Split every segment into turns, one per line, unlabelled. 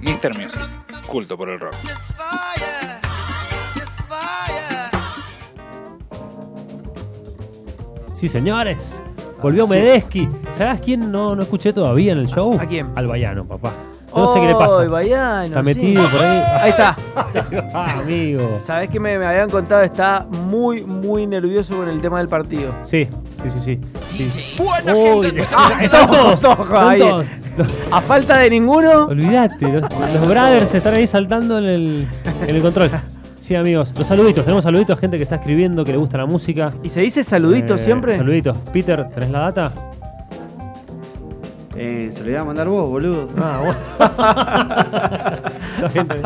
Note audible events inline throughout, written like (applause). Winter Music, culto por el rock.
Sí, señores. Volvió
Así es.
Medeski. ¿Sabés quién no, no escuché todavía en el show?
Ah, ¿A quién?
Al Bayano, papá. Yo No sé qué le pasa.
Ay, Baiano,
Está
sí.
metido por ahí.
Ahí está.
(laughs) Ah, amigo.
Sabés que me, me habían
(laughs)
contado, está muy, muy nervioso con el tema del partido.
Sí, sí, sí, sí. sí.
Buena
Uy,
gente, empezamos
ah,
con
están todos,
Todos,
están
ahí.
todos. Los-
A falta de ninguno,
Olvídate, los, los brothers están ahí saltando en el, en el control. Sí, amigos, los saluditos, tenemos saluditos, gente que está escribiendo, que le gusta la música.
y se dice saludito
Eh,
siempre.
Saluditos. Peter, ¿tenés la data?
Eh, se lo iba a mandar vos, boludo.
Ah,
(laughs)
bueno.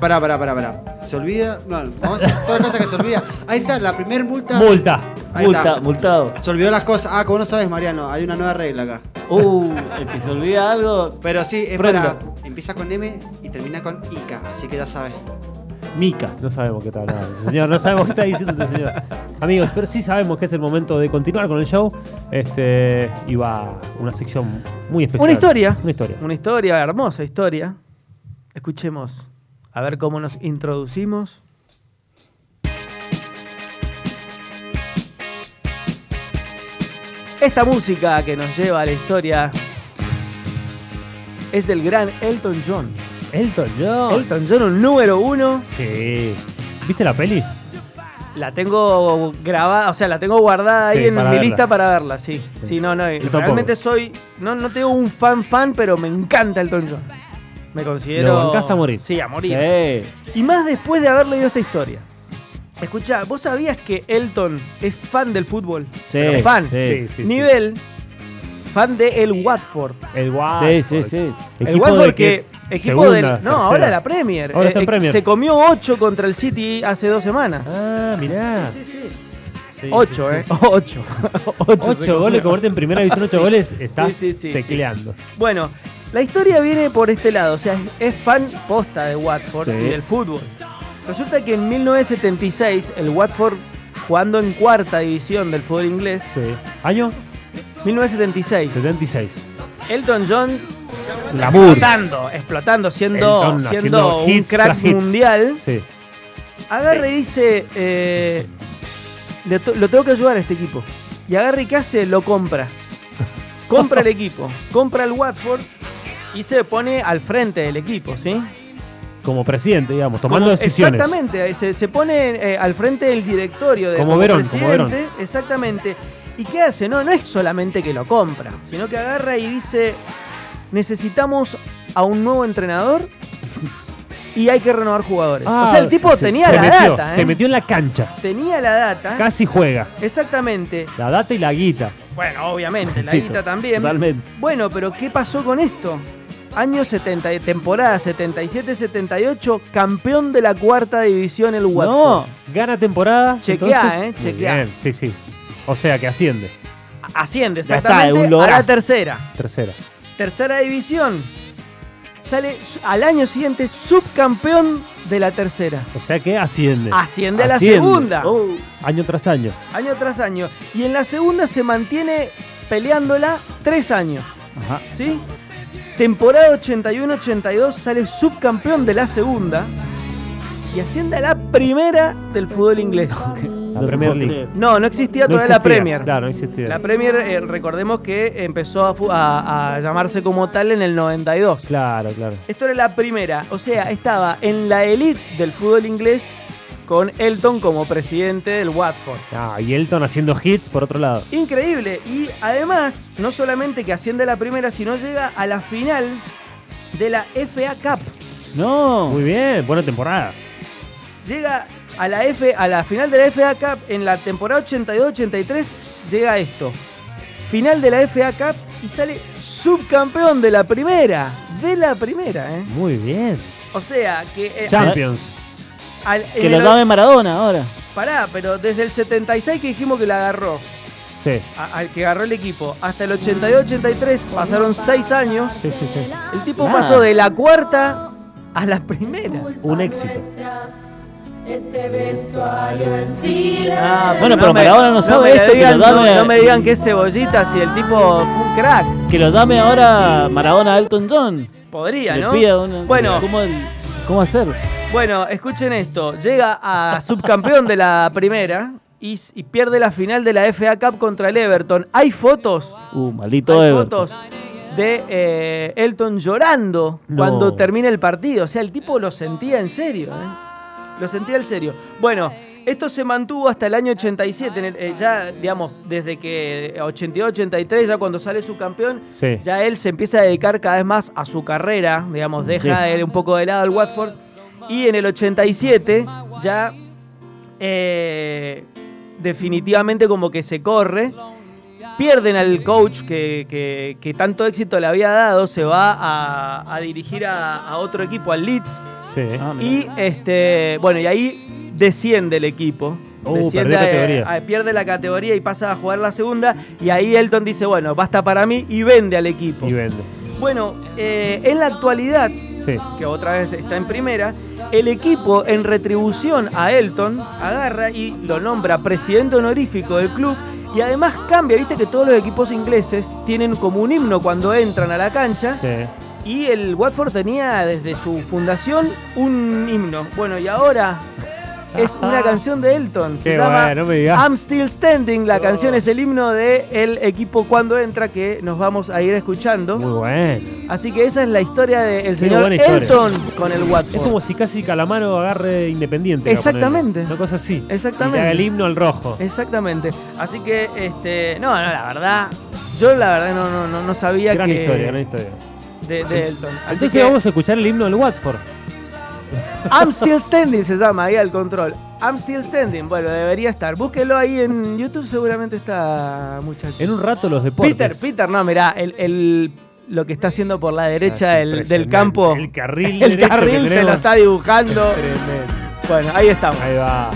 Pará, pará, pará, pará. ¿Se olvida? No, vamos a hacer todas las cosas que se olvida. Ahí está, la primer multa.
Multa.
Ahí
Multa,
está.
multado.
Se olvidó las cosas. Ah, como no sabes, Mariano, hay una nueva regla acá.
Uh, el que se olvida algo,
Pero sí, es
Pronto.
para. Empieza con M y termina con ICA, así que ya sabes.
Mica. No sabemos qué está hablando ese señor, no sabemos qué está diciendo este señor. Amigos, pero sí sabemos que es el momento de continuar con el show. Este, y va una sección muy especial.
Una historia.
Una historia.
Una historia, hermosa historia. Escuchemos. A ver cómo nos introducimos. Esta música que nos lleva a la historia es del gran Elton John.
Elton John.
Elton John, un número uno.
Sí. ¿Viste la peli?
La tengo grabada, o sea, la tengo guardada ahí
Sí,
en mi
para verla.
lista para verla, sí.
Sí.
Sí, no, no.
tampoco.
Realmente soy. No, no tengo un fan fan, pero me encanta Elton John. Me considero.
Lo bancás a morir.
Sí, a morir.
sí.
Y más después de haber leído esta historia. Escucha, ¿vos sabías que Elton es fan del fútbol? Pero fan.
Sí, sí, sí.
Nivel. Fan de el Watford.
El
Sí,
Watford.
sí, sí.
el
Equipo
Watford
de que-
que equipo del. No,
segunda,
ahora
tercera.
la Premier. Eh,
Ahora está en Premier.
Se comió 8 contra el City hace dos semanas.
Ah, mirá. (laughs)
8, ¿eh? 8.
8 goles, comerte en primera división 8 goles, estás
Sí, sí, sí.
tecleando.
Bueno, la historia viene por este lado, o sea, es- es fan posta de Watford
Sí.
y del fútbol. Resulta que en 1976 el Watford jugando en cuarta división del fútbol inglés,
Sí. Año
1976,
76.
Elton John
Lamour.
explotando, explotando, siendo,
Elton haciendo
siendo un
hits
crack
tras hits.
mundial,
Sí.
agarra y dice, eh, le to- lo tengo que ayudar a este equipo. Y agarra y ¿qué hace?
(laughs)
Lo compra. Compra el equipo, compra el Watford y se pone al frente del equipo, ¿sí?
Como presidente, digamos, tomando
Como-
decisiones.
Exactamente, se, se pone eh, al frente del directorio de
Como Verón, como
presidente, Exactamente. ¿Y qué hace? No, no es solamente que lo compra, sino que agarra y dice, necesitamos a un nuevo entrenador y hay que renovar jugadores. o sea, el tipo
Ah, se-
tenía
se
la
metió,
data.
Se
¿eh? Ah.
metió en la cancha.
Tenía la data.
Casi juega.
Exactamente.
La data y la guita.
Bueno, obviamente, la
Sí,
guita también.
Totalmente.
Bueno, pero ¿qué pasó con esto? Año 70, temporada 77-78, campeón de la cuarta división el Watford.
No, gana temporada.
Chequeá,
entonces-
eh,
Muy
chequeá.
bien, Sí, sí. O sea que asciende.
Asciende
Ya está, es
exactamente
un
a la
lograzo.
tercera.
Tercera.
Tercera división. Sale su- al año siguiente subcampeón de la tercera.
O sea que asciende.
Asciende a la
Asciende.
segunda.
Oh,
Año tras año.
Año tras año. Y en la segunda se mantiene peleándola tres años.
Ajá.
¿Sí? Temporada 81-82 sale subcampeón de la segunda. Y asciende a la primera del fútbol inglés. (laughs)
La
te
Premier
puedo
League.
creer.
No, no existía
No
todavía la
existía,
Premier.
Claro, no existía.
La Premier, eh, recordemos que empezó a, fu- a- a llamarse como tal en el 92.
Claro, claro.
Esto era la primera, o sea, estaba en la elite del fútbol inglés con Elton como presidente del Watford.
Ah, y Elton haciendo hits por otro lado.
Increíble, y además, no solamente que asciende a la primera, sino llega a la final de la FA Cup.
No.
Muy bien, buena temporada.
Llega a la, F, a la final de la FA Cup en la temporada 82-83, llega esto. Final de la FA Cup y sale subcampeón de la primera. De la primera, ¿eh?
Muy bien.
O sea, que... eh,
Champions.
al- en
Que
el-
lo acabe Maradona ahora.
Pará, pero desde el 76 que dijimos que la agarró,
Sí.
a- al que agarró el equipo, hasta el 82-83, pasaron 6 años.
(laughs)
Sí, sí, sí.
El tipo
Ah.
pasó de la cuarta a la primera.
Un éxito.
Este vestuario en silencio.
Ah,
bueno, pero Maradona no sabe
me
esto, que
digan-
lo dame-
no, no me digan que es cebollita si el tipo fue un crack.
Que lo dame ahora Maradona a Elton John.
Podría,
Le
¿no?
fui a una-
Bueno.
¿cómo, ¿Cómo hacer?
Bueno, escuchen esto. Llega a subcampeón de la primera y, s- y pierde la final de la FA Cup contra el Everton. Hay fotos,
Uh, maldito
hay
Everton.
fotos de eh, Elton llorando
No.
cuando termina el partido. O sea, el tipo lo sentía en serio. ¿eh? Lo sentía en serio. Bueno, esto se mantuvo hasta el año 87. en el- eh, ya, digamos, desde que eh, 82-83, ya cuando sale subcampeón,
Sí.
ya él se empieza a dedicar cada vez más a su carrera, digamos, deja él un poco de lado al Watford. Y en el 87 ya eh, definitivamente como que se corre. Pierden al coach que, que- que tanto éxito le había dado, se va a, a dirigir a, a otro equipo, al Leeds.
Sí.
Ah, mirá.
Y este, bueno, y ahí desciende el equipo.
Oh,
Desciende
perdió
a-
categoría.
a- pierde la categoría y pasa a jugar la segunda. Y ahí Elton dice, bueno, basta para mí y vende al equipo.
Y vende.
Bueno, eh, en la actualidad,
Sí.
que otra vez está en primera, el equipo en retribución a Elton agarra y lo nombra presidente honorífico del club y además cambia, viste que todos los equipos ingleses tienen como un himno cuando entran a la cancha
Sí.
y el Watford tenía desde su fundación un himno. Bueno, y ahora es una canción de Elton, se
Qué
llama
bueno, no me digas.
I'm Still Standing, la canción es el himno del equipo cuando entra que nos vamos a ir escuchando.
Muy bueno.
Así que esa es la historia del
Qué
señor
buena historia.
Elton con el Watford.
Es como si casi Calamaro agarre Independiente. capaz,
Exactamente.
ponele. Una cosa así.
Exactamente.
Y le haga el himno al rojo.
Exactamente. Así que, este, no, no, la verdad, yo la verdad no, no, no, no sabía
Gran
que
historia, gran historia.
de, de Elton. Así
Entonces
que,
vamos a escuchar el himno del Watford.
I'm Still Standing se llama ahí al control. I'm Still Standing, bueno, debería estar. Búsquelo ahí en YouTube, seguramente está, muchachos.
En un rato los deportes.
Peter, Peter, no, mirá, el, el- lo que está haciendo por la derecha
Ah,
del- del
impresionante.
campo.
El carril
(laughs) El
derecho que
carril te lo
tenemos.
está dibujando.
Tremendo.
Bueno, ahí estamos.
Ahí va.